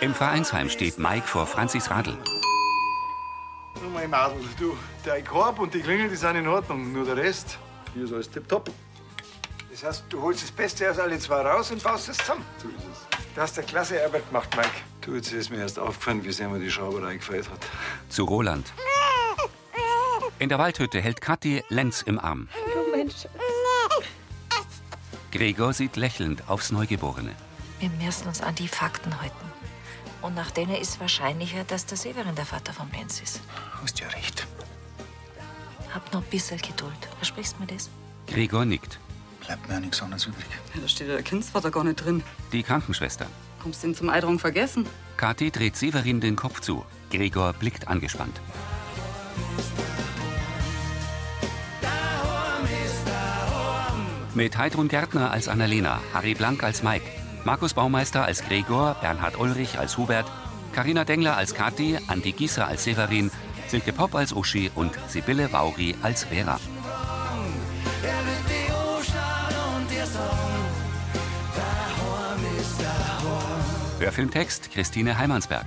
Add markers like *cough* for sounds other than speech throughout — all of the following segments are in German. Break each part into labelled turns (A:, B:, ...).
A: Im Vereinsheim steht Mike vor Franzis Radl.
B: Du, mein Madel, also du, dein Korb und die Klingel, die sind in Ordnung. Nur der Rest, hier ist alles tipptopp. Das heißt, du holst das Beste aus alle zwei raus und baust es zusammen. So ist es. Du hast eine klasse Arbeit gemacht, Mike. Du, jetzt ist mir erst aufgefallen, wie sehr mir die Schrauberei gefällt hat.
A: Zu Roland. In der Waldhütte hält Kathi Lenz im Arm.
C: Du Mensch.
A: Gregor sieht lächelnd aufs Neugeborene.
D: Wir müssen uns an die Fakten halten. Und nach denen ist wahrscheinlicher, dass der Severin der Vater von Benz ist.
E: Hast ja recht.
D: Hab noch ein bisschen Geduld. Versprichst mir das?
A: Gregor nickt.
E: Bleibt mir ja nichts anderes übrig.
F: Da steht ja der Kindsvater gar nicht drin.
A: Die Krankenschwester.
F: Kommst du ihn zum Eidrung vergessen?
A: Kathi dreht Severin den Kopf zu. Gregor blickt angespannt. Mit Heidrun Gärtner als Annalena, Harry Blank als Mike, Markus Baumeister als Gregor, Bernhard Ulrich als Hubert, Karina Dengler als Kathi, Andi Gieser als Severin, Silke Popp als Uschi und Sibylle Vauri als Vera. Hörfilmtext Christine Heimansberg.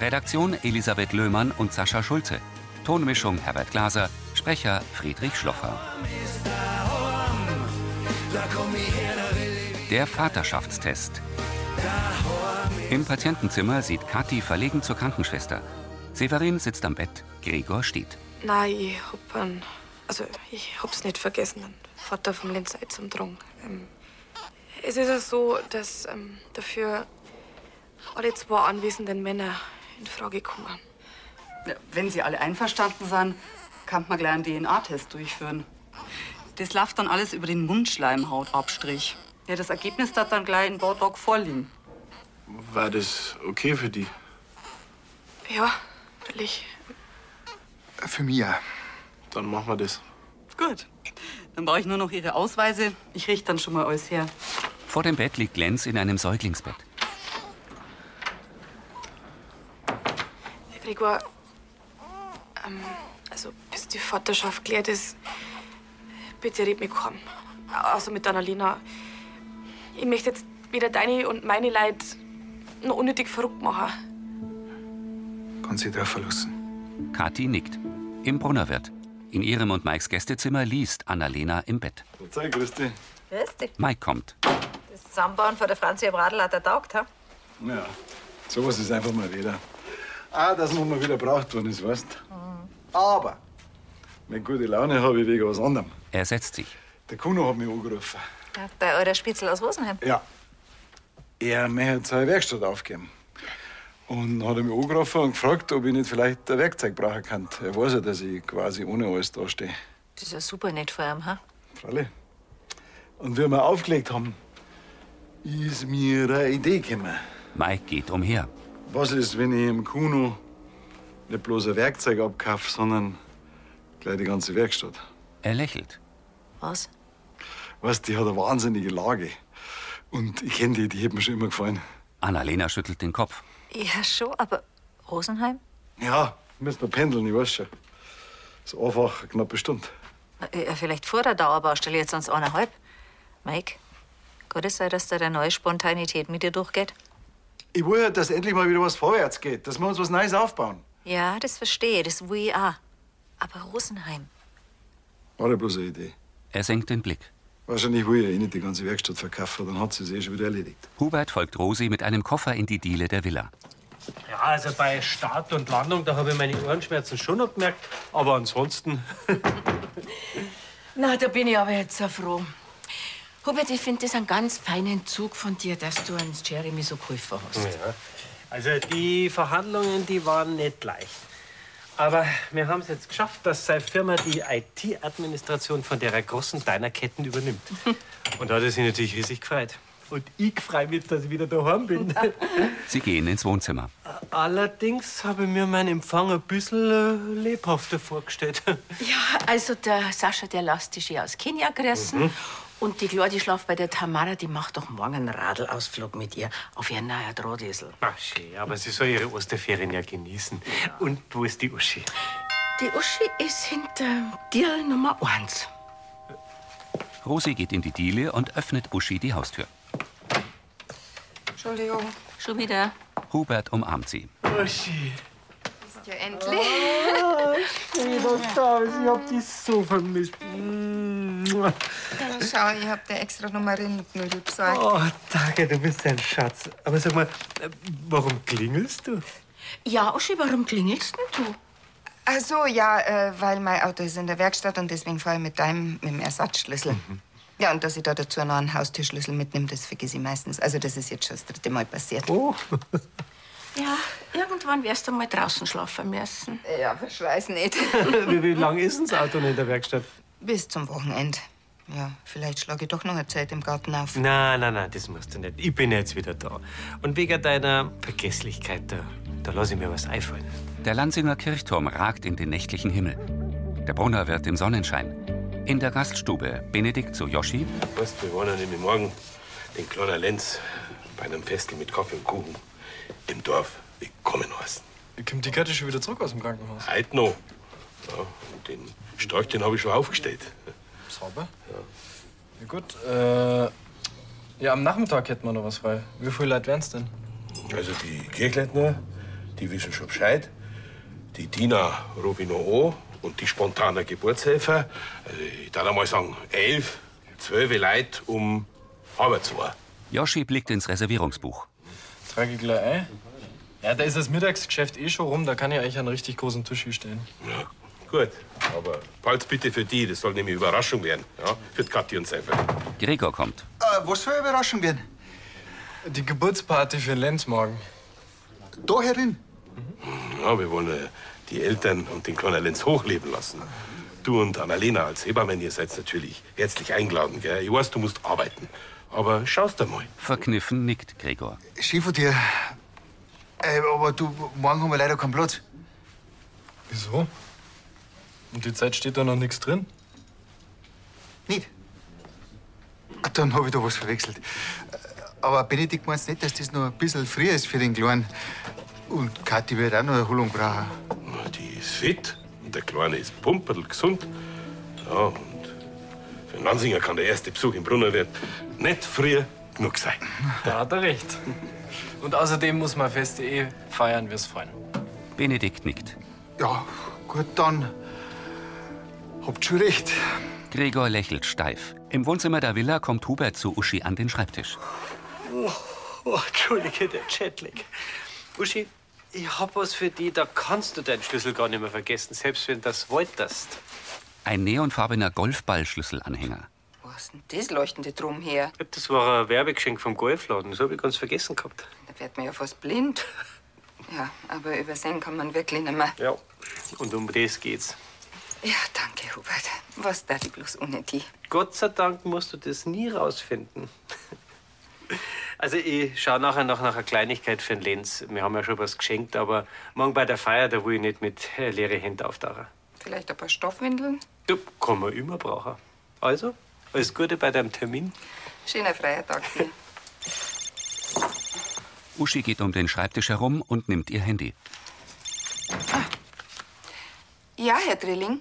A: Redaktion Elisabeth Löhmann und Sascha Schulze. Tonmischung Herbert Glaser. Sprecher Friedrich Schloffer. Der Vaterschaftstest. Im Patientenzimmer sieht Kathi verlegen zur Krankenschwester. Severin sitzt am Bett, Gregor steht.
G: Nein, ich hab einen, also ich hab's nicht vergessen, um den Vater vom Lenz Ei zum Drang. Ähm, es ist ja so, dass ähm, dafür alle zwei anwesenden Männer in Frage kommen.
F: Ja, Wenn sie alle einverstanden sind, kann man gleich einen DNA-Test durchführen. Das läuft dann alles über den Mundschleimhautabstrich. Ja, das Ergebnis hat dann gleich in Bordog vorliegen.
H: War das okay für die?
G: Ja, natürlich.
H: Für mich ja. Dann machen wir das.
F: Gut. Dann brauche ich nur noch ihre Ausweise. Ich richte dann schon mal alles her.
A: Vor dem Bett liegt Lenz in einem Säuglingsbett.
G: Herr Gregor, ähm, also bis die Vaterschaft klärt ist, bitte red mit kaum. Außer mit Annalena. Ich möchte jetzt weder deine und meine Leid noch unnötig verrückt machen.
E: Kann sie da verlassen.
A: Kathi nickt. Im Brunnerwirt. In ihrem und Mikes Gästezimmer liest Annalena im Bett.
B: Zeig, Christi.
D: Grüß dich.
A: Mike kommt.
D: Das Zusammenbauen von der Franzi am Radl hat er taugt, ha?
B: Ja, sowas ist einfach mal wieder. Ah, dass man mal wieder braucht worden ist, weißt Mhm. Aber mit guter Laune habe ich wegen was anderem.
A: Er setzt sich.
B: Der Kuno hat mich angerufen.
D: Ja, Bei eurer Spitzel aus Rosenheim.
B: Ja. Er möchte seine Werkstatt aufgeben. Und dann hat er mich angerufen und gefragt, ob ich nicht vielleicht ein Werkzeug brauchen kann. Er weiß ja, dass ich quasi ohne alles dastehe.
D: Das ist ja super nett vor allem, ha?
B: Freilich. Und wie wir aufgelegt haben, ist mir eine Idee gekommen.
A: Mike geht umher.
B: Was ist, wenn ich im Kuno nicht bloß ein Werkzeug abkaufe, sondern gleich die ganze Werkstatt?
A: Er lächelt.
D: Was?
B: Weißt die hat eine wahnsinnige Lage. Und ich kenne die, die hat mir schon immer gefallen.
A: Annalena schüttelt den Kopf.
D: Ja, schon, aber Rosenheim?
B: Ja, müssen wir pendeln, ich weiß schon. So einfach, eine knappe Stunde.
D: Äh, äh, vielleicht vor der Dauerbaustelle, jetzt sonst eineinhalb. Mike, Gott es sei, dass da der neue Spontanität mit dir durchgeht.
B: Ich will ja, dass endlich mal wieder was vorwärts geht, dass wir uns was Neues aufbauen.
D: Ja, das verstehe, das will ich auch. Aber Rosenheim,
B: War ja bloß eine Idee.
A: Er senkt den Blick.
B: Wahrscheinlich will ich eh nicht die ganze Werkstatt verkaufen, dann hat sie es eh schon wieder erledigt.
A: Hubert folgt Rosi mit einem Koffer in die Diele der Villa.
I: Ja, also bei Start und Landung, da habe ich meine Ohrenschmerzen schon noch gemerkt. Aber ansonsten.
J: Na, da bin ich aber jetzt so froh. Hubert, ich finde das einen ganz feinen Zug von dir, dass du uns Jeremy so geholfen hast.
I: Ja. Also die Verhandlungen, die waren nicht leicht. Aber wir haben es jetzt geschafft, dass seine Firma die IT-Administration von der großen Dinerketten übernimmt. Und da hat er sich natürlich riesig gefreut. Und ich freue mich, jetzt, dass ich wieder daheim bin.
A: Sie gehen ins Wohnzimmer.
I: *laughs* Allerdings habe ich mir meinen Empfang ein bisschen äh, lebhafter vorgestellt.
J: Ja, also der Sascha, der lässt dich eh aus Kenia gerissen.
I: Mhm.
J: Und die Claudia schlaft bei der Tamara, die macht doch morgen einen Radelausflug mit ihr auf ihren neuen Drahtesel.
I: Ach, schön, aber sie soll ihre Osterferien ja genießen. Und wo ist die Uschi?
J: Die Uschi ist hinter dir Nummer eins.
A: Rosi geht in die Diele und öffnet Uschi die Haustür.
G: Entschuldigung.
D: schon wieder.
A: Hubert umarmt sie.
I: Uschi.
C: Ja, endlich.
I: Lieber David, ich hab dich so vermisst. Mua.
C: Schau, ich hab dir extra nochmal Rindenknödel besorgt.
I: Oh, danke, du bist ein Schatz. Aber sag mal, äh, warum klingelst du?
C: Ja, Uschi, warum klingelst denn du? Ach so, ja, äh, weil mein Auto ist in der Werkstatt und deswegen fahre ich mit deinem, mit dem Ersatzschlüssel.
I: Mhm.
C: Ja, und dass ich da dazu noch einen Haustürschlüssel mitnehme, das vergesse ich meistens. Also das ist jetzt schon das dritte Mal passiert. Oh.
J: Ja, irgendwann wirst du mal draußen schlafen müssen.
C: Ja, ich weiß nicht.
I: *laughs* Wie, wie lang ist denn das Auto noch in der Werkstatt?
C: Bis zum Wochenende. Ja, vielleicht schlage ich doch noch eine Zeit im Garten auf.
I: Na, na, na, das musst du nicht. Ich bin jetzt wieder da. Und wegen deiner Vergesslichkeit, da, da lass ich mir was einfallen.
A: Der Lansinger Kirchturm ragt in den nächtlichen Himmel. Der Brunner wird im Sonnenschein. In der Gaststube Benedikt zu Joschi,
K: Weißt, wir wollen nämlich morgen den Kloller Lenz bei einem Festel mit Kaffee und Kuchen im Dorf willkommen heißen.
H: Kommt die Kette schon wieder zurück aus dem Krankenhaus?
K: Heute noch. Ja, und den Storch, den habe ich schon aufgestellt.
H: Sauber. Ja, gut. Äh, ja, am Nachmittag hätten wir noch was frei. Wie viele Leute wären's denn?
K: Also die Kirchleitner, die wissen schon Bescheid. Die Tina rufe ich noch an. Und die spontanen Geburtshelfer, also ich darf mal sagen, elf, zwölf Leute um halb zwei.
A: Joschi blickt ins Reservierungsbuch.
H: Trage ich gleich ein. Ja, da ist das Mittagsgeschäft eh schon rum. Da kann ich eigentlich einen richtig großen Tisch hinstellen.
K: Ja, gut, aber bald bitte für die, das soll nämlich Überraschung werden, ja, für die Kathi und Seifer.
A: Gregor kommt.
E: Äh, was für eine Überraschung werden?
H: Die Geburtsparty für Lenz morgen.
E: Da herin?
K: Ja, wir wollen äh, die Eltern und den kleinen Lenz hochleben lassen. Du und Annalena als Hebammen, ihr seid natürlich herzlich eingeladen, gell? Ich weiß, du musst arbeiten, aber schaust dir mal.
A: Verkniffen nickt Gregor.
E: Schön von dir. Äh, aber du, morgen haben wir leider keinen Platz.
H: Wieso? Und die Zeit steht da noch nichts drin?
E: Nicht? Ah, Dann habe ich da was verwechselt. Äh, Aber Benedikt meint nicht, dass das noch ein bisschen früher ist für den Kleinen. Und Kathi wird auch noch Erholung brauchen.
K: Na, Die ist fit und der Kleine ist pumperl gesund. Ja, und für den Lansinger kann der erste Besuch im Brunnenwirt nicht früh genug sein.
H: Da hat er recht. Und außerdem muss man Feste eh feiern, wir's freuen.
A: Benedikt nickt.
E: Ja, gut, dann. Habt schon recht.
A: Gregor lächelt steif. Im Wohnzimmer der Villa kommt Hubert zu Uschi an den Schreibtisch.
I: Oh, oh, Entschuldige, der Jetlag. Uschi, ich hab was für die, da kannst du deinen Schlüssel gar nicht mehr vergessen, selbst wenn du das wolltest.
A: Ein neonfarbener Golfballschlüsselanhänger.
C: Was ist denn das leuchtende Drum her?
I: Das war ein Werbegeschenk vom Golfladen, das hab ich ganz vergessen gehabt.
C: Da wird man ja fast blind. *laughs* Ja, aber übersehen kann man wirklich nicht mehr.
I: Ja. Und um das geht's.
C: Ja, danke, Hubert. Was darf ich bloß ohne die?
I: Gott sei Dank musst du das nie rausfinden. *laughs* Also ich schaue nachher noch nach einer Kleinigkeit für den Lenz. Wir haben ja schon was geschenkt, aber morgen bei der Feier, da will ich nicht mit äh, leeren Händen auftauchen.
C: Vielleicht ein paar Stoffwindeln?
I: Du kann man immer brauchen. Also, alles Gute bei deinem Termin.
C: Schöner freier Tag dir.
A: Uschi geht um den Schreibtisch herum und nimmt ihr Handy.
C: Ja, Herr Drilling.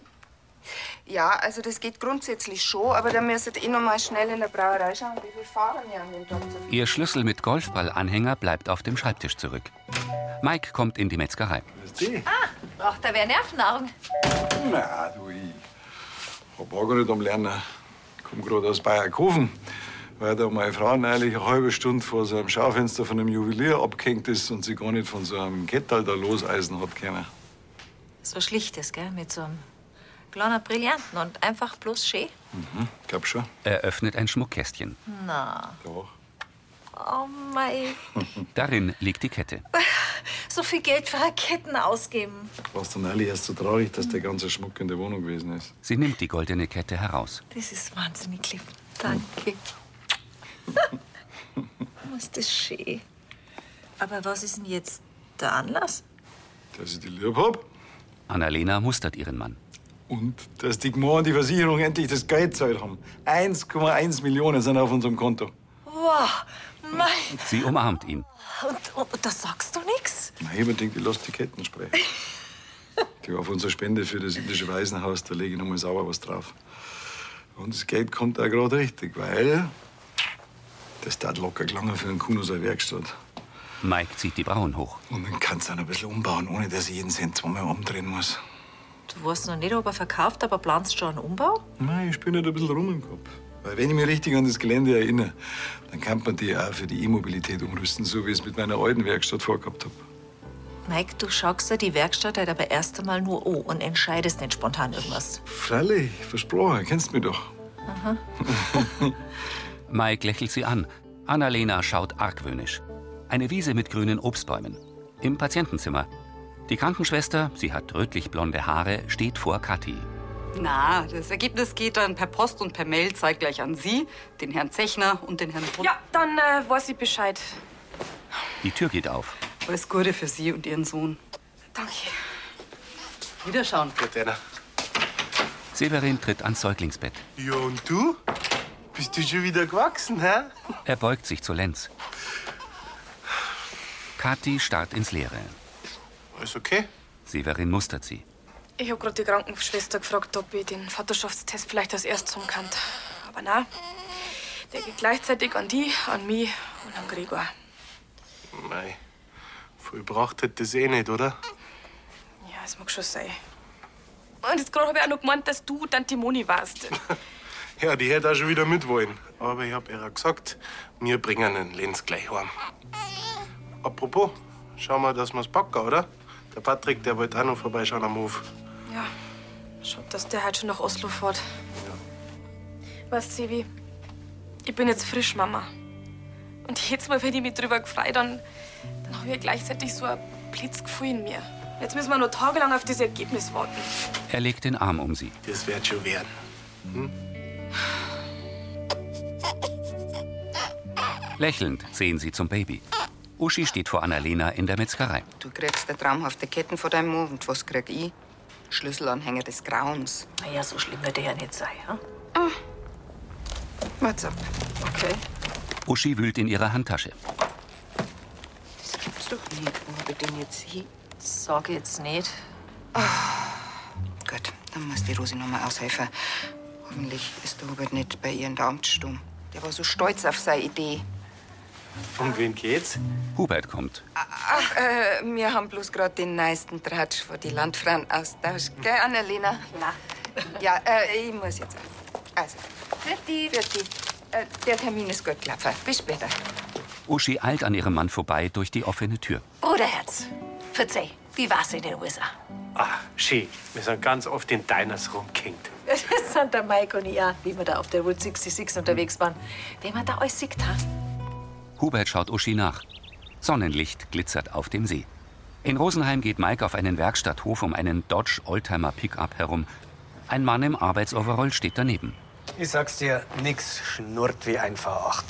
C: Ja, also das geht grundsätzlich schon, aber da müsstet ihr eh noch mal schnell in der Brauerei schauen, wie viele Fahrer wir an dem Tag sind.
A: Ihr Schlüssel mit Golfballanhänger bleibt auf dem Schreibtisch zurück. Mike kommt in die Metzgerei.
C: Ah, braucht er wer Nervennahrung?
B: Na, Ah, du, ich hab auch gar nicht am Lernen. Ich komm gerade aus Bayerkofen, weil da meine Frau neulich eine halbe Stunde vor so einem Schaufenster von einem Juwelier abgehängt ist und sie gar nicht von so einem Kettal da loseisen hat können.
D: So schlichtes, gell? Mit so einem kleinen Brillanten und einfach bloß schön.
B: Mhm, glaub schon.
A: Er öffnet ein Schmuckkästchen.
D: Na.
B: Doch.
D: Oh mein.
A: Darin liegt die Kette.
D: So viel Geld für Raketen ausgeben.
B: Warst du neulich erst so traurig, dass der ganze Schmuck in der Wohnung gewesen ist?
A: Sie nimmt die goldene Kette heraus.
D: Das ist wahnsinnig lieb. Danke. *laughs* Was ist das schön. Aber was ist denn jetzt der Anlass?
B: Dass ich die lieb hab
A: Annalena mustert ihren Mann.
B: und dass die Gmor und die Versicherung endlich das Geld zahlt haben. 1,1 Millionen sind auf unserem Konto.
D: Wow, mein.
A: Sie umarmt ihn.
D: Und, und, und da sagst du nichts?
B: Na, ich denkt, ich lasse die Ketten
A: *laughs*
B: sprechen. Die auf unsere Spende für das indische Waisenhaus, da lege ich nochmal sauber was drauf. Und das Geld kommt auch gerade richtig, weil das tat locker gelangen für einen Kuno seine Werkstatt.
A: Mike zieht die Brauen hoch.
B: Und man kann es dann ein bisschen umbauen, ohne dass ich jeden Cent zweimal umdrehen muss.
D: Du weißt noch nicht, ob er verkauft, aber planst schon einen Umbau?
B: Nein, ich spinne nicht ein bisschen rum im Kopf. Weil wenn ich mich richtig an das Gelände erinnere, dann kann man die auch für die E-Mobilität umrüsten, so wie ich es mit meiner alten Werkstatt vorgehabt habe.
D: Mike, du schaust dir die Werkstatt halt aber erst einmal nur an und entscheidest nicht spontan irgendwas.
B: Freilich, versprochen, kennst mich doch.
D: Aha.
A: Mike lächelt sie an. Annalena schaut argwöhnisch. Eine Wiese mit grünen Obstbäumen. Im Patientenzimmer. Die Krankenschwester, sie hat rötlich blonde Haare, steht vor Kathi.
F: Na, das Ergebnis geht dann per Post und per Mail zeitgleich an Sie, den Herrn Zechner und den Herrn Brunner.
G: Ja, dann äh, weiß ich Bescheid.
A: Die Tür geht auf.
F: Alles Gute für Sie und Ihren Sohn.
G: Danke.
F: Wiederschauen.
L: Gut, Anna.
A: Severin tritt ans Säuglingsbett.
L: Ja, und du? Bist du schon wieder gewachsen, hä?
A: Er beugt sich zu Lenz. Kathi starrt ins Leere.
L: Alles okay?
A: Severin mustert sie.
G: Ich hab gerade die Krankenschwester gefragt, ob ich den Vaterschaftstest vielleicht als erstes kann. Aber na, der geht gleichzeitig an die, an mich und an Gregor.
L: Mei, vollbracht hat das eh nicht, oder?
G: Ja, das mag schon sein. Und jetzt gerade hab ich auch noch gemeint, dass du dann Timoni warst.
L: Ja, die hätte auch schon wieder mitwollen. Aber ich hab ihr gesagt, wir bringen den Lenz gleich heim. Apropos, schauen wir, dass wir's packen, oder? Der Patrick, der wollte auch noch vorbeischauen am Hof.
G: Ja, schaut, dass der halt schon nach Oslo fährt. Weißt du, wie? Ich bin jetzt frisch Mama. Und jedes Mal, wenn ich mich drüber gefreut, dann, dann habe ich gleichzeitig so ein Blitzgefühl in mir. Jetzt müssen wir nur tagelang auf dieses Ergebnis warten.
A: Er legt den Arm um sie.
L: Das wird schon werden.
A: Lächelnd sehen sie zum Baby. Uschi steht vor Annalena in der Metzgerei.
C: Du kriegst eine traumhafte Ketten vor deinem Mund. Und was krieg ich? Schlüsselanhänger des Grauens.
D: Naja, so schlimm wird der ja nicht sein, ja?
C: What's up? Okay.
A: Uschi wühlt in ihrer Handtasche.
C: Das gibt's doch nicht. Wo hab ich denn jetzt hin?
D: Sag jetzt nicht.
C: Gut, dann muss die Rosi noch mal aushelfen. Hoffentlich ist der Hubert nicht bei ihr in der Amtssturm. Der war so stolz auf seine Idee.
L: Um wen geht's?
A: Hubert kommt.
C: Ach, äh, wir haben bloß gerade den neuesten Tratsch von die Landfrauen austauscht. Gell, Annalena? Ja. Ja, äh, ich muss jetzt. Also, für die, für die. Äh, der Termin ist gut gelaufen. Bis später.
A: Uschi eilt an ihrem Mann vorbei durch die offene Tür.
D: Bruderherz, verzeih, wie war's in den USA?
I: Ah, schön. Wir sind ganz oft in Diners rumgehängt.
D: *laughs* Das sind der Mike und ich auch, wie wir da auf der Route 66 unterwegs waren. Wie man da alles sieht, ha?
A: Hubert schaut Uschi nach. Sonnenlicht glitzert auf dem See. In Rosenheim geht Mike auf einen Werkstatthof um einen Dodge Oldtimer Pickup herum. Ein Mann im Arbeitsoverall steht daneben.
M: Ich sag's dir, nix schnurrt wie ein V8.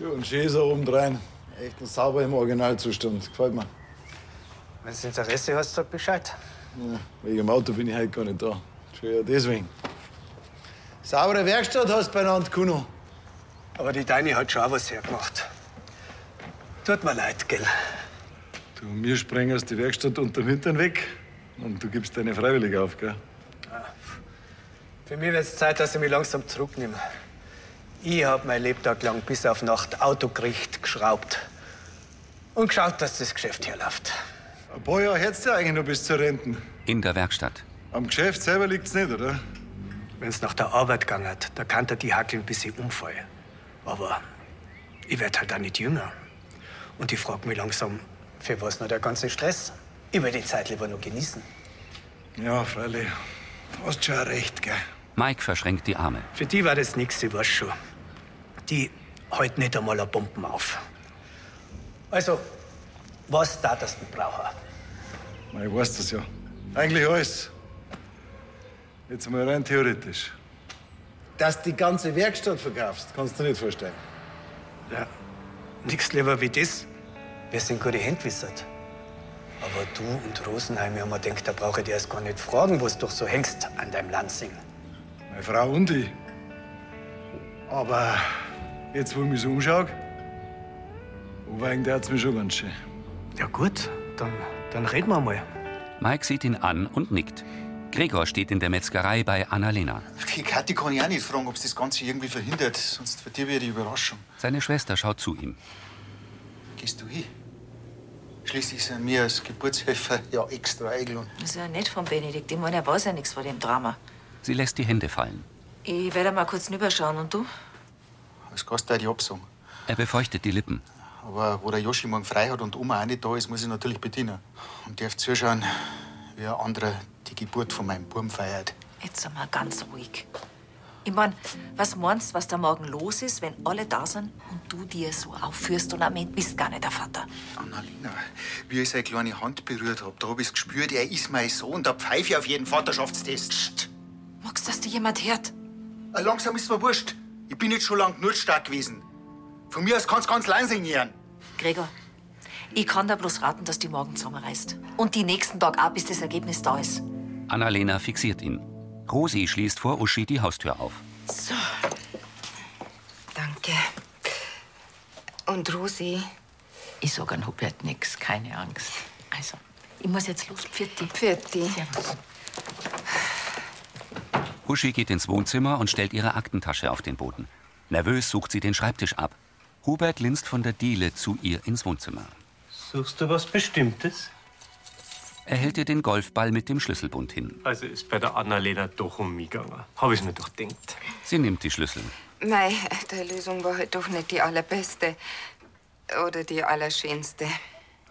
B: Ja, und schön ist er obendrein. Echt sauber im Originalzustand. Gefällt mir.
M: Wenn's Interesse hast, sag Bescheid.
B: Ja, wegen dem Auto bin ich heute gar nicht da. Schon ja deswegen. Saubere Werkstatt hast beieinander, Kuno.
M: Aber die deine hat schon auch was hergemacht. Tut mir leid, gell?
B: Du, mir sprengerst die Werkstatt unterm Hintern weg. Und du gibst deine freiwillig auf, gell?
M: Für mich wird's Zeit, dass ich mich langsam zurücknehme. Ich hab mein Lebtag lang bis auf Nacht Autogericht geschraubt. Und geschaut, dass das Geschäft hier läuft.
B: Ein paar Jahre hättest du ja eigentlich noch bis zur Renten.
A: In der Werkstatt.
B: Am Geschäft selber liegt's nicht, oder?
M: Wenn's nach der Arbeit gegangen hat, da kann er die hackeln, bis ich umfall. Aber ich werd halt auch nicht jünger. Und ich frag mich langsam, für was noch der ganze Stress? Ich will die Zeit lieber nur genießen.
B: Ja, freilich. Hast schon recht, gell?
A: Mike verschränkt die Arme.
M: Für die war das nix, ich weiß schon. Die hält nicht einmal eine Bomben auf. Also, was tatest du brauchen?
B: Na, Ich weiß das ja. Eigentlich alles. Jetzt mal rein theoretisch.
N: Dass die ganze Werkstatt verkaufst, kannst du nicht vorstellen.
M: Ja, nix lieber wie das. Wir sind gute Hände wissert. Aber du und Rosenheim, ich hab mir gedacht, da brauche ich dir erst gar nicht fragen, was du so hängst an deinem Lansing.
B: Meine Frau und ich. Aber jetzt, wo ich mich so umschaue, wegen der hat's mich schon ganz schön.
M: Ja, gut, dann, dann reden wir mal.
A: Mike sieht ihn an und nickt. Gregor steht in der Metzgerei bei Annalena.
E: Die Kathi kann ich auch nicht fragen, ob sie das Ganze irgendwie verhindert. Sonst verdirbe ich die Überraschung.
A: Seine Schwester schaut zu ihm.
E: Gehst du hin? Schließlich sind wir als Geburtshelfer ja extra eingeladen.
D: Das ist ja nett von Benedikt. Ich meine, er weiß ja nichts von dem Drama.
A: Sie lässt die Hände fallen.
D: Ich werde mal kurz rüberschauen und du?
E: Als Gast darf ich absagen.
A: Er befeuchtet die Lippen.
E: Aber wo der Joschi morgen frei hat und Oma auch nicht da ist, muss ich natürlich bedienen. Und darf zuschauen, wie ein anderer die Geburt von meinem Buben feiert.
D: Jetzt sind wir ganz ruhig. Ich mein, was meinst du, was da morgen los ist, wenn alle da sind und du dir so aufführst und am Ende bist gar nicht der Vater?
E: Annalena, wie ich seine kleine Hand berührt hab, da hab ich's gespürt, er ist mein Sohn, da pfeife ich auf jeden Vaterschaftstest. Psst.
D: Magst du, dass dir jemand hört?
E: Äh, Langsam ist mir wurscht. Ich bin jetzt schon lang genug stark gewesen. Von mir aus kannst du ganz leise singen.
D: Gregor, ich kann dir bloß raten, dass die morgen zusammenreißt. Und die nächsten Tag auch, bis das Ergebnis da ist.
A: Annalena fixiert ihn. Rosi schließt vor Uschi die Haustür auf.
C: So. Danke. Und Rosi?
J: Ich sag an Hubert nix, keine Angst. Also, ich muss jetzt los. Pfiat die.
C: Pfiat die.
A: Uschi geht ins Wohnzimmer und stellt ihre Aktentasche auf den Boden. Nervös sucht sie den Schreibtisch ab. Hubert linst von der Diele zu ihr ins Wohnzimmer.
I: Suchst du was Bestimmtes?
A: Er hält ihr den Golfball mit dem Schlüsselbund hin.
I: Also ist bei der Annalena doch um mich gegangen. Hab ich's mir doch gedacht.
A: Sie nimmt die Schlüssel.
C: Mei, die Lösung war halt doch nicht die allerbeste. Oder die allerschönste.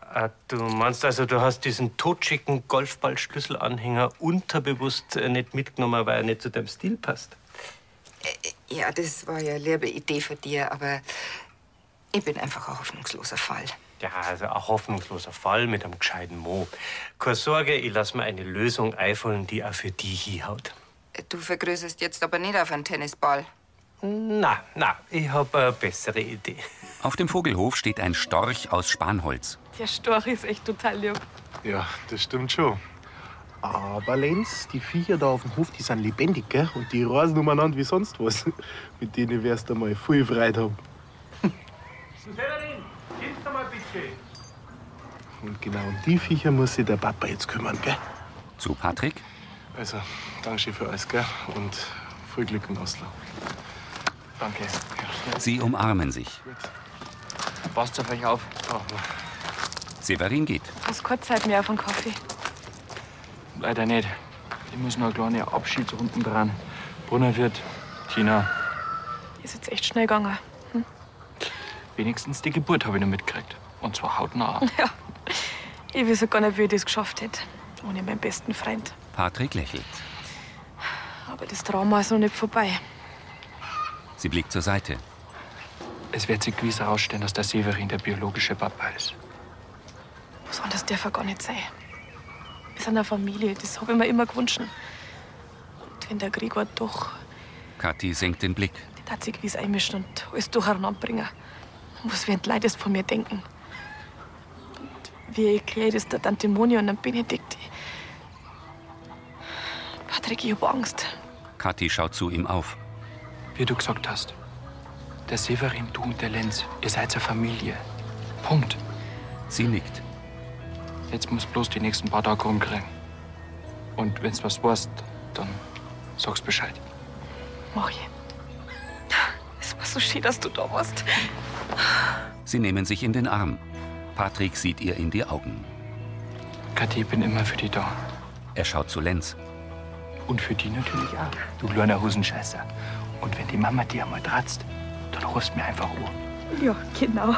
I: Ah, du meinst also, du hast diesen totschicken Golfballschlüsselanhänger unterbewusst äh, nicht mitgenommen, weil er nicht zu deinem Stil passt?
C: Ja, das war ja eine liebe Idee von dir, aber ich bin einfach ein hoffnungsloser Fall.
I: Ja, also ein hoffnungsloser Fall mit einem gescheiten Mo. Keine Sorge, ich lass mir eine Lösung einfallen, die auch für die hinhaut.
C: Du vergrößerst jetzt aber nicht auf einen Tennisball.
I: Na, na, ich hab eine bessere Idee.
A: Auf dem Vogelhof steht ein Storch aus Spanholz.
G: Der Storch ist echt total lieb.
L: Ja, das stimmt schon. Aber Lenz, die Viecher da auf dem Hof, die sind lebendig, gell? Und die rasen umeinander wie sonst was. *laughs* Mit denen wärst du mal viel Freude haben.
I: Severin, hilf doch mal bitte.
L: Und genau um die Viecher muss sich der Papa jetzt kümmern, gell?
A: Zu Patrick?
L: Also, Dankeschön für alles, gell? Und viel Glück in Oslo. Danke.
A: Sie umarmen sich.
O: Passt auf euch auf. Oh,
A: Severin geht.
G: Hast keine Zeit mehr auf einen Kaffee.
O: Leider nicht. Ich muss noch eine kleine Abschiedsrunden dran. Brunnerwirt, China.
G: Ist jetzt echt schnell gegangen.
O: Wenigstens die Geburt habe ich noch mitgekriegt. Und zwar hautnah.
G: *laughs* Ja. Ich weiß ja gar nicht, wie ich das geschafft hätte. Ohne meinen besten Freund.
A: Patrick lächelt.
G: Aber das Trauma ist noch nicht vorbei.
A: Sie blickt zur Seite.
O: Es wird sich gewiss herausstellen, dass der Severin der biologische Papa ist.
G: Was anderes darf er gar nicht sein. Wir sind eine Familie, das habe ich mir immer gewünscht. Und wenn der Gregor doch,
A: Kathi senkt den Blick.
G: der tat sich gewiss einmischen und alles durcheinander bringen. Was werden die Leute jetzt von mir denken? Und wie erkläre ich das der Tante Moni und dem Benedikt? Patrick, ich habe Angst.
A: Kathi schaut zu ihm auf.
O: Wie du gesagt hast. Der Severin, du und der Lenz, ihr seid eine Familie. Punkt.
A: Sie nickt.
O: Jetzt muss bloß die nächsten paar Tage rumkriegen. Und wenn's was warst, dann sag's Bescheid.
G: Mach ich. Es war so schön, dass du da warst.
A: Sie nehmen sich in den Arm. Patrick sieht ihr in die Augen.
O: Kathi, ich bin immer für die da.
A: Er schaut zu Lenz.
O: Und für die natürlich auch. Du kleiner Hosenscheißer. Und wenn die Mama dir einmal tratzt, dann rufst mir einfach an.
G: Ja, *laughs* genau.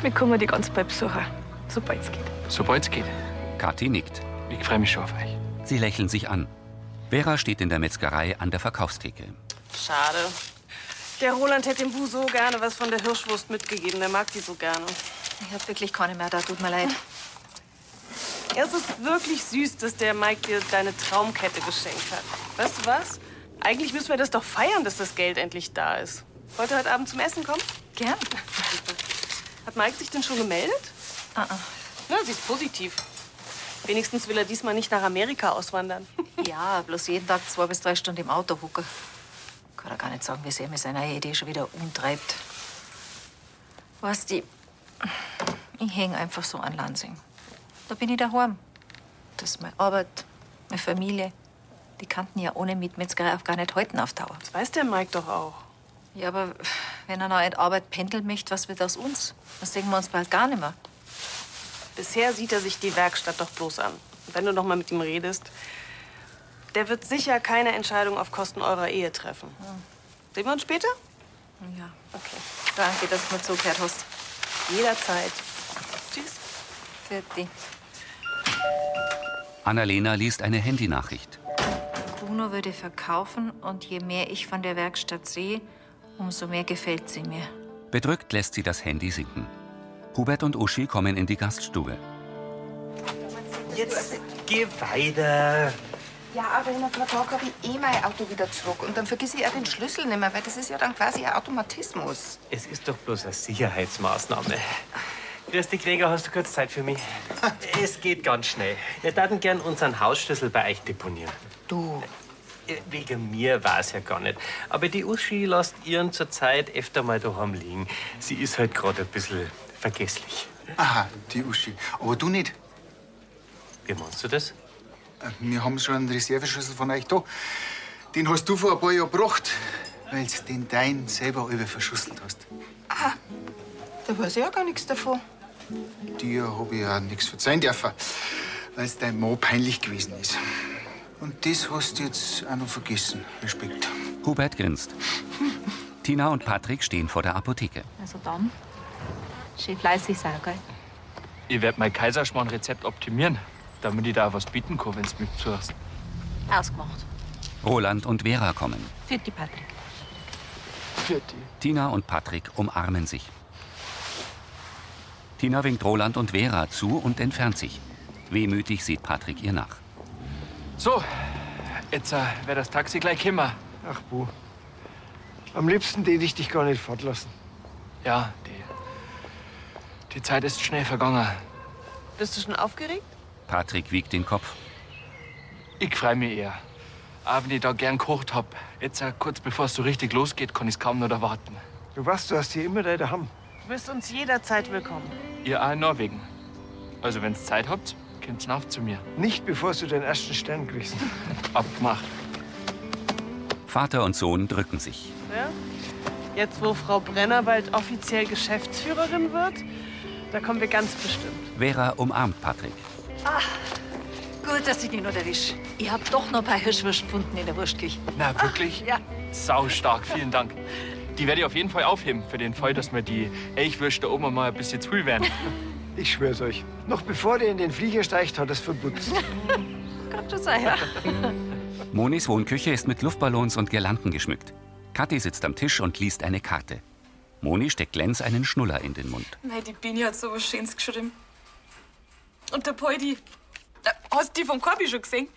G: Wir kommen die ganz bald besuchen, sobald es geht.
O: Sobald's geht.
A: Kathi nickt.
O: Ich freue mich schon auf euch.
A: Sie lächeln sich an. Vera steht in der Metzgerei an der Verkaufstheke.
P: Schade. Der Roland hätte dem Bu so gerne was von der Hirschwurst mitgegeben. Der mag die so gerne.
D: Ich hab wirklich keine mehr da, tut mir leid.
P: Es ist wirklich süß, dass der Mike dir deine Traumkette geschenkt hat. Weißt du was? Eigentlich müssen wir das doch feiern, dass das Geld endlich da ist. Wollt ihr heute Abend zum Essen kommen?
D: Gern.
P: *laughs* Hat Mike sich denn schon gemeldet?
D: Ah,
P: Na, sie ist positiv. Wenigstens will er diesmal nicht nach Amerika auswandern.
D: Ja, bloß jeden Tag zwei bis drei Stunden im Auto hocken. Kann er gar nicht sagen, wie sehr mir seine Idee schon wieder umtreibt. Weißt du, ich häng einfach so an Lansing. Da bin ich daheim. Das ist meine Arbeit, meine Familie. Die kannten ja ohne Mietmetzgerei auch gar nicht halten auf Dauer. Das
P: weiß der Mike doch auch.
D: Ja, aber wenn er noch in die Arbeit pendeln möchte, was wird aus uns? Das sehen wir uns bald gar nicht mehr.
P: Bisher sieht er sich die Werkstatt doch bloß an. Und Wenn du noch mal mit ihm redest, der wird sicher keine Entscheidung auf Kosten eurer Ehe treffen. Sehen wir uns später?
D: Ja.
P: Okay.
D: Danke, dass du mir zugehört hast.
P: Jederzeit. Tschüss.
D: Für dich.
A: Annalena liest eine Handynachricht.
D: Bruno würde verkaufen und je mehr ich von der Werkstatt sehe, umso mehr gefällt sie mir.
A: Bedrückt lässt sie das Handy sinken. Hubert und Uschi kommen in die Gaststube.
C: Jetzt.
I: Geh weiter.
C: Ja, aber in ein paar Tagen habe ich eh mein Auto wieder zurück. Und dann vergesse ich auch den Schlüssel nicht mehr, weil das ist ja dann quasi ein Automatismus.
I: Es ist doch bloß eine Sicherheitsmaßnahme. Grüß dich, Gregor, hast du kurz Zeit für mich? Es geht ganz schnell. Wir würden gern unseren Hausschlüssel bei euch deponieren.
C: Du.
I: Wegen mir war es ja gar nicht. Aber die Uschi lässt ihren zurzeit öfter mal daheim liegen. Sie ist halt gerade ein bisschen vergesslich.
E: Aha, die Uschi. Aber du nicht. Äh,
I: Wie meinst du das?
E: Wir haben schon einen Reserveschlüssel von euch da. Den hast du vor ein paar Jahren gebracht, weil du den deinen selber über verschusselt hast.
C: Ah, Da weiß ich ja gar nichts davon.
E: Dir habe ich ja nichts verzeihen dürfen, weil es deinem Mann peinlich gewesen ist. Und das hast du jetzt auch noch vergessen. Respekt.
A: Hubert grinst. Tina und Patrick stehen vor der Apotheke.
Q: Also dann, schön fleißig sein, gell?
O: Ich werde mein Kaiserschmarrn-Rezept optimieren, damit ich da auch was bieten kann, wenn's mich zuhörst.
Q: Ausgemacht.
A: Roland und Vera kommen.
Q: Für die Patrick.
A: Tina und Patrick umarmen sich. Tina winkt Roland und Vera zu und entfernt sich. Wehmütig sieht Patrick ihr nach.
O: So, jetzt äh, wäre das Taxi gleich kommen.
R: Ach, Bu. Am liebsten hätte ich dich gar nicht fortlassen.
O: Ja, die, die Zeit ist schnell vergangen.
P: Bist du schon aufgeregt?
A: Patrick wiegt den Kopf.
O: Ich freue mich eher. Auch wenn ich da gern gekocht hab. Jetzt äh, kurz bevor es so richtig losgeht, kann ich's kaum noch erwarten.
R: Du weißt, du hast hier immer deine Hamm.
P: Du bist uns jederzeit willkommen.
O: Ihr auch in Norwegen. Also wenn's Zeit habt, kommt's nach zu mir.
R: Nicht bevor du den ersten Stern kriegst.
O: Abgemacht.
A: Vater und Sohn drücken sich.
P: Ja? Jetzt, wo Frau Brenner bald offiziell Geschäftsführerin wird, da kommen wir ganz bestimmt.
A: Vera umarmt Patrick.
Q: Ach, gut, dass ich dich noch erwisch. Ich hab doch noch ein paar Hirschwürste gefunden in der Wurstküche.
O: Na,
D: *laughs*
O: wirklich?
Q: Ja.
O: Sau stark, vielen Dank. Die werde ich auf jeden Fall aufheben, für den Fall, dass mir die Elchwürste da oben mal ein bisschen zu viel werden.
R: Ich schwör's euch. Noch bevor der in den Flieger steigt, hat er's
B: *laughs*
R: verputzt.
Q: Kommt schon sein, ja?
A: Monis Wohnküche ist mit Luftballons und Girlanden geschmückt. Kathi sitzt am Tisch und liest eine Karte. Moni steckt Lenz einen Schnuller in den Mund.
G: Mei, die Bini hat so was Schönes geschrieben. Und der Poldi. Äh, Hast du die vom Korbi schon gesehen?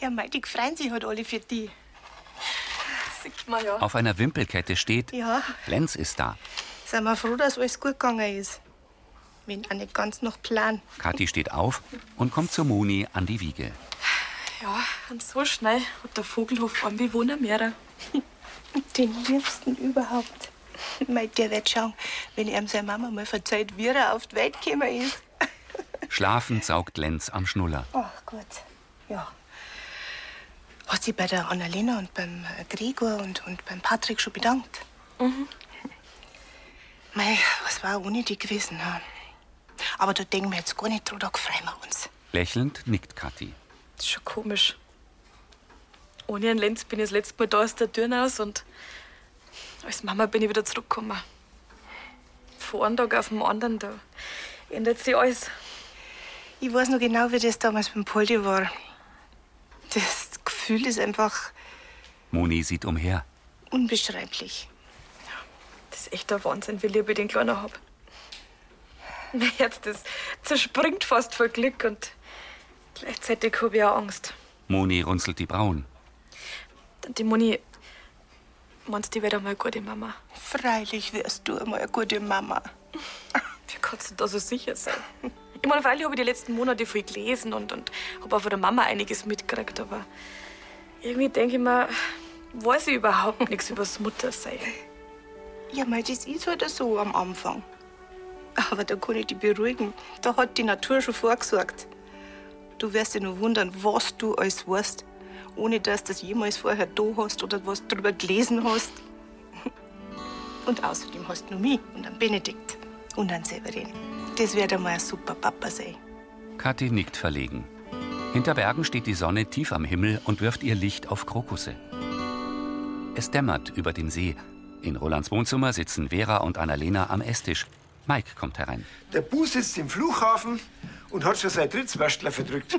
G: Ja, mei, die freuen sich halt alle für die. Sieht man ja.
A: Auf einer Wimpelkette steht,
S: Ja,
A: Lenz ist da.
S: sind wir froh, dass alles gut gegangen ist. Wenn auch nicht ganz nach Plan.
A: Kathi steht auf und kommt zu Moni an die Wiege.
G: Ja, und so schnell hat der Vogelhof einen Bewohner mehrer.
S: Den liebsten überhaupt. Mei, der wird schauen, wenn ihm seine Mama mal verzeiht, wie er auf die Welt gekommen ist.
A: Schlafend saugt Lenz am Schnuller.
S: Ach Gott, ja. Hast du dich bei der Annalena und beim Gregor und, und beim Patrick schon bedankt? Mhm. Mei, was war ohne die gewesen? Ha? Aber da denken wir jetzt gar nicht drüber, da freuen wir uns.
A: Lächelnd nickt Kathi.
G: Das ist schon komisch. Ohne einen Lenz bin ich das letzte Mal da aus der Tür raus und als Mama bin ich wieder zurückgekommen. Von einem Tag auf den anderen, da ändert sich alles.
S: Ich weiß noch genau, wie das damals beim Poldi war. Das Gefühl ist einfach
A: Moni sieht umher.
S: unbeschreiblich.
G: Das ist echt der Wahnsinn, wie lieb ich den Kleinen hab. Mein Herz, das zerspringt fast vor Glück und gleichzeitig hab ich auch Angst.
A: Moni runzelt die Brauen.
G: Die Moni, meinst du, die wird einmal eine gute Mama?
S: Freilich wärst du einmal eine gute Mama.
G: Wie kannst du da so sicher sein? Ich meine, freilich habe ich die letzten Monate viel gelesen und, und habe auch von der Mama einiges mitgekriegt, aber irgendwie denke ich mir, weiß ich überhaupt nichts über das Muttersein.
S: Ja, mei, das ist halt so am Anfang. Aber da kann ich dich beruhigen. Da hat die Natur schon vorgesorgt. Du wirst dich nur wundern, was du alles weißt, ohne dass du das jemals vorher da hast oder was drüber gelesen hast. *laughs* Und außerdem hast du noch mich und einen Benedikt und einen Severin. Das wird einmal ein super Papa sein.
A: Kathi nickt verlegen. Hinter Bergen steht die Sonne tief am Himmel und wirft ihr Licht auf Krokusse. Es dämmert über dem See. In Rolands Wohnzimmer sitzen Vera und Annalena am Esstisch. Mike kommt herein.
I: Der Bu sitzt im Flughafen und hat schon sein
R: *laughs*
I: Dritzwäschler verdrückt.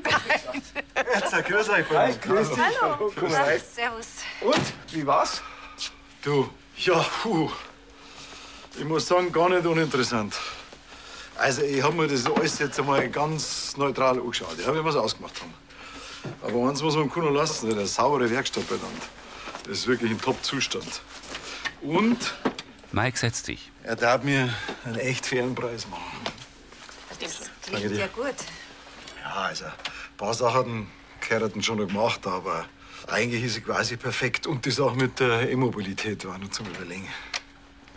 I: Herzlich grüß euch, Hi, grüß dich.
T: Hallo.
I: Komm
T: Na,
I: rein.
T: Servus.
I: Und, wie war's?
B: Du, ja, puh. Ich muss sagen, gar nicht uninteressant. Also, ich habe mir das alles jetzt einmal ganz neutral angeschaut, ja, wie wir es ausgemacht haben. Aber eins muss man dem Kuno lassen, der saubere Werkstatt benannt. Das ist wirklich in Top-Zustand. Und
A: Mike setzt sich.
B: er darf mir einen echt fairen Preis machen.
T: Das
B: Danke
T: klingt
B: dir.
T: ja gut.
B: Ja, also, ein paar Sachen gehörten schon noch gemacht, aber eigentlich ist sie quasi perfekt. Und die Sache mit der E-Mobilität war noch zum Überlegen.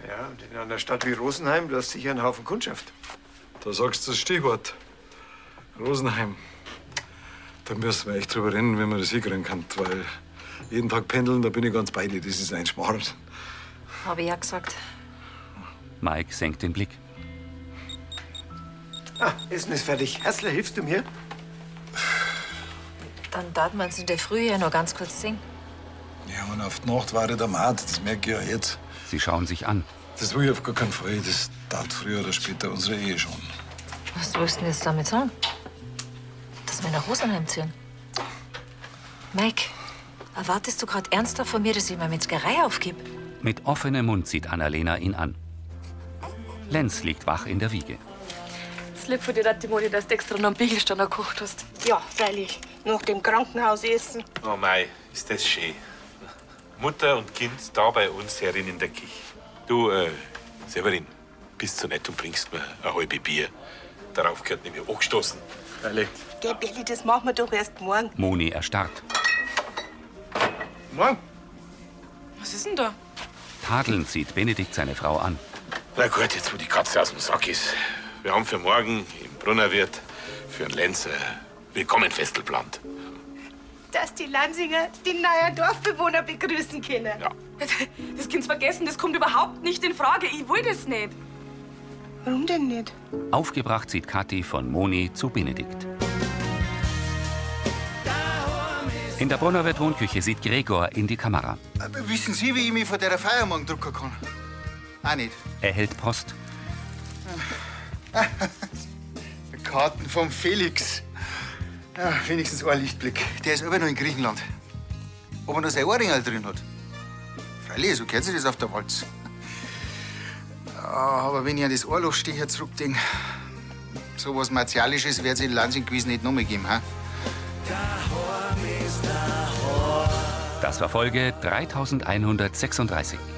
I: Ja, und in einer Stadt wie Rosenheim, du hast sicher einen Haufen Kundschaft.
B: Da sagst du das Stichwort. Rosenheim. Da müssen wir echt drüber reden, wenn man das hinkriegen kann. Weil jeden Tag pendeln, da bin ich ganz bei dir. Das ist ein Schmarrn.
D: Habe ich ja gesagt.
A: Mike senkt den Blick.
I: Ah, Essen ist fertig. Herzler, hilfst du mir?
D: Dann darf man es in der Früh ja noch ganz kurz singen.
B: Ja, und auf die Nacht war ich der Mat. Das merke ich ja jetzt.
A: Sie schauen sich an.
B: Das will ich auf gar keinen Fall. Das tat früher oder später unsere Ehe schon.
D: Was willst du denn jetzt damit sagen? Dass wir nach Rosenheim ziehen? Mike, erwartest du gerade ernsthaft von mir, dass ich meine Metzgerei aufgebe?
A: Mit offenem Mund sieht Annalena ihn an. Lenz liegt wach in der Wiege.
G: Es liegt von dir, Timoni, dass du extra noch einen Biegelstein gekocht hast.
S: Ja, freilich. Nach dem Krankenhausessen.
K: Oh mei, ist das schön. Mutter und Kind da bei uns herin in der Küche. Du, äh, Severin, bist so nett und bringst mir ein halbe Bier. Darauf gehört nämlich angestoßen. Freilich.
S: Geh, Billy, das machen wir doch erst morgen.
A: Moni erstarrt.
I: Morgen.
G: Was ist denn da?
A: Tadelnd sieht Benedikt seine Frau an.
U: Na gut, jetzt wo die Katze aus dem Sack ist. Wir haben für morgen im Brunnerwirt für den Lenz
K: äh,
U: ein Willkommenfest geplant.
S: Dass die Lansinger die neuen Dorfbewohner begrüßen können. Ja.
G: Das Kind's vergessen, das kommt überhaupt nicht in Frage. Ich will das nicht.
S: Warum denn nicht?
A: Aufgebracht sieht Kathi von Moni zu Benedikt. In der Brunnerwirt Wohnküche sieht Gregor in die Kamera.
E: Aber Äh, wissen Sie, wie ich mich von der Feier morgen drucken kann? Auch nicht.
A: Er hält Post.
E: Karten vom Felix. Ja, wenigstens ein Lichtblick. Der ist aber noch in Griechenland. Ob er noch sein Ohrringel drin hat? Freilich, so kennt sich das auf der Walz. Ja, aber wenn ich an das Ohrlochsteher zurückdenke, so was Martialisches wird es in Lansing gewesen nicht nochmal geben. Ha?
A: Das war Folge 3136.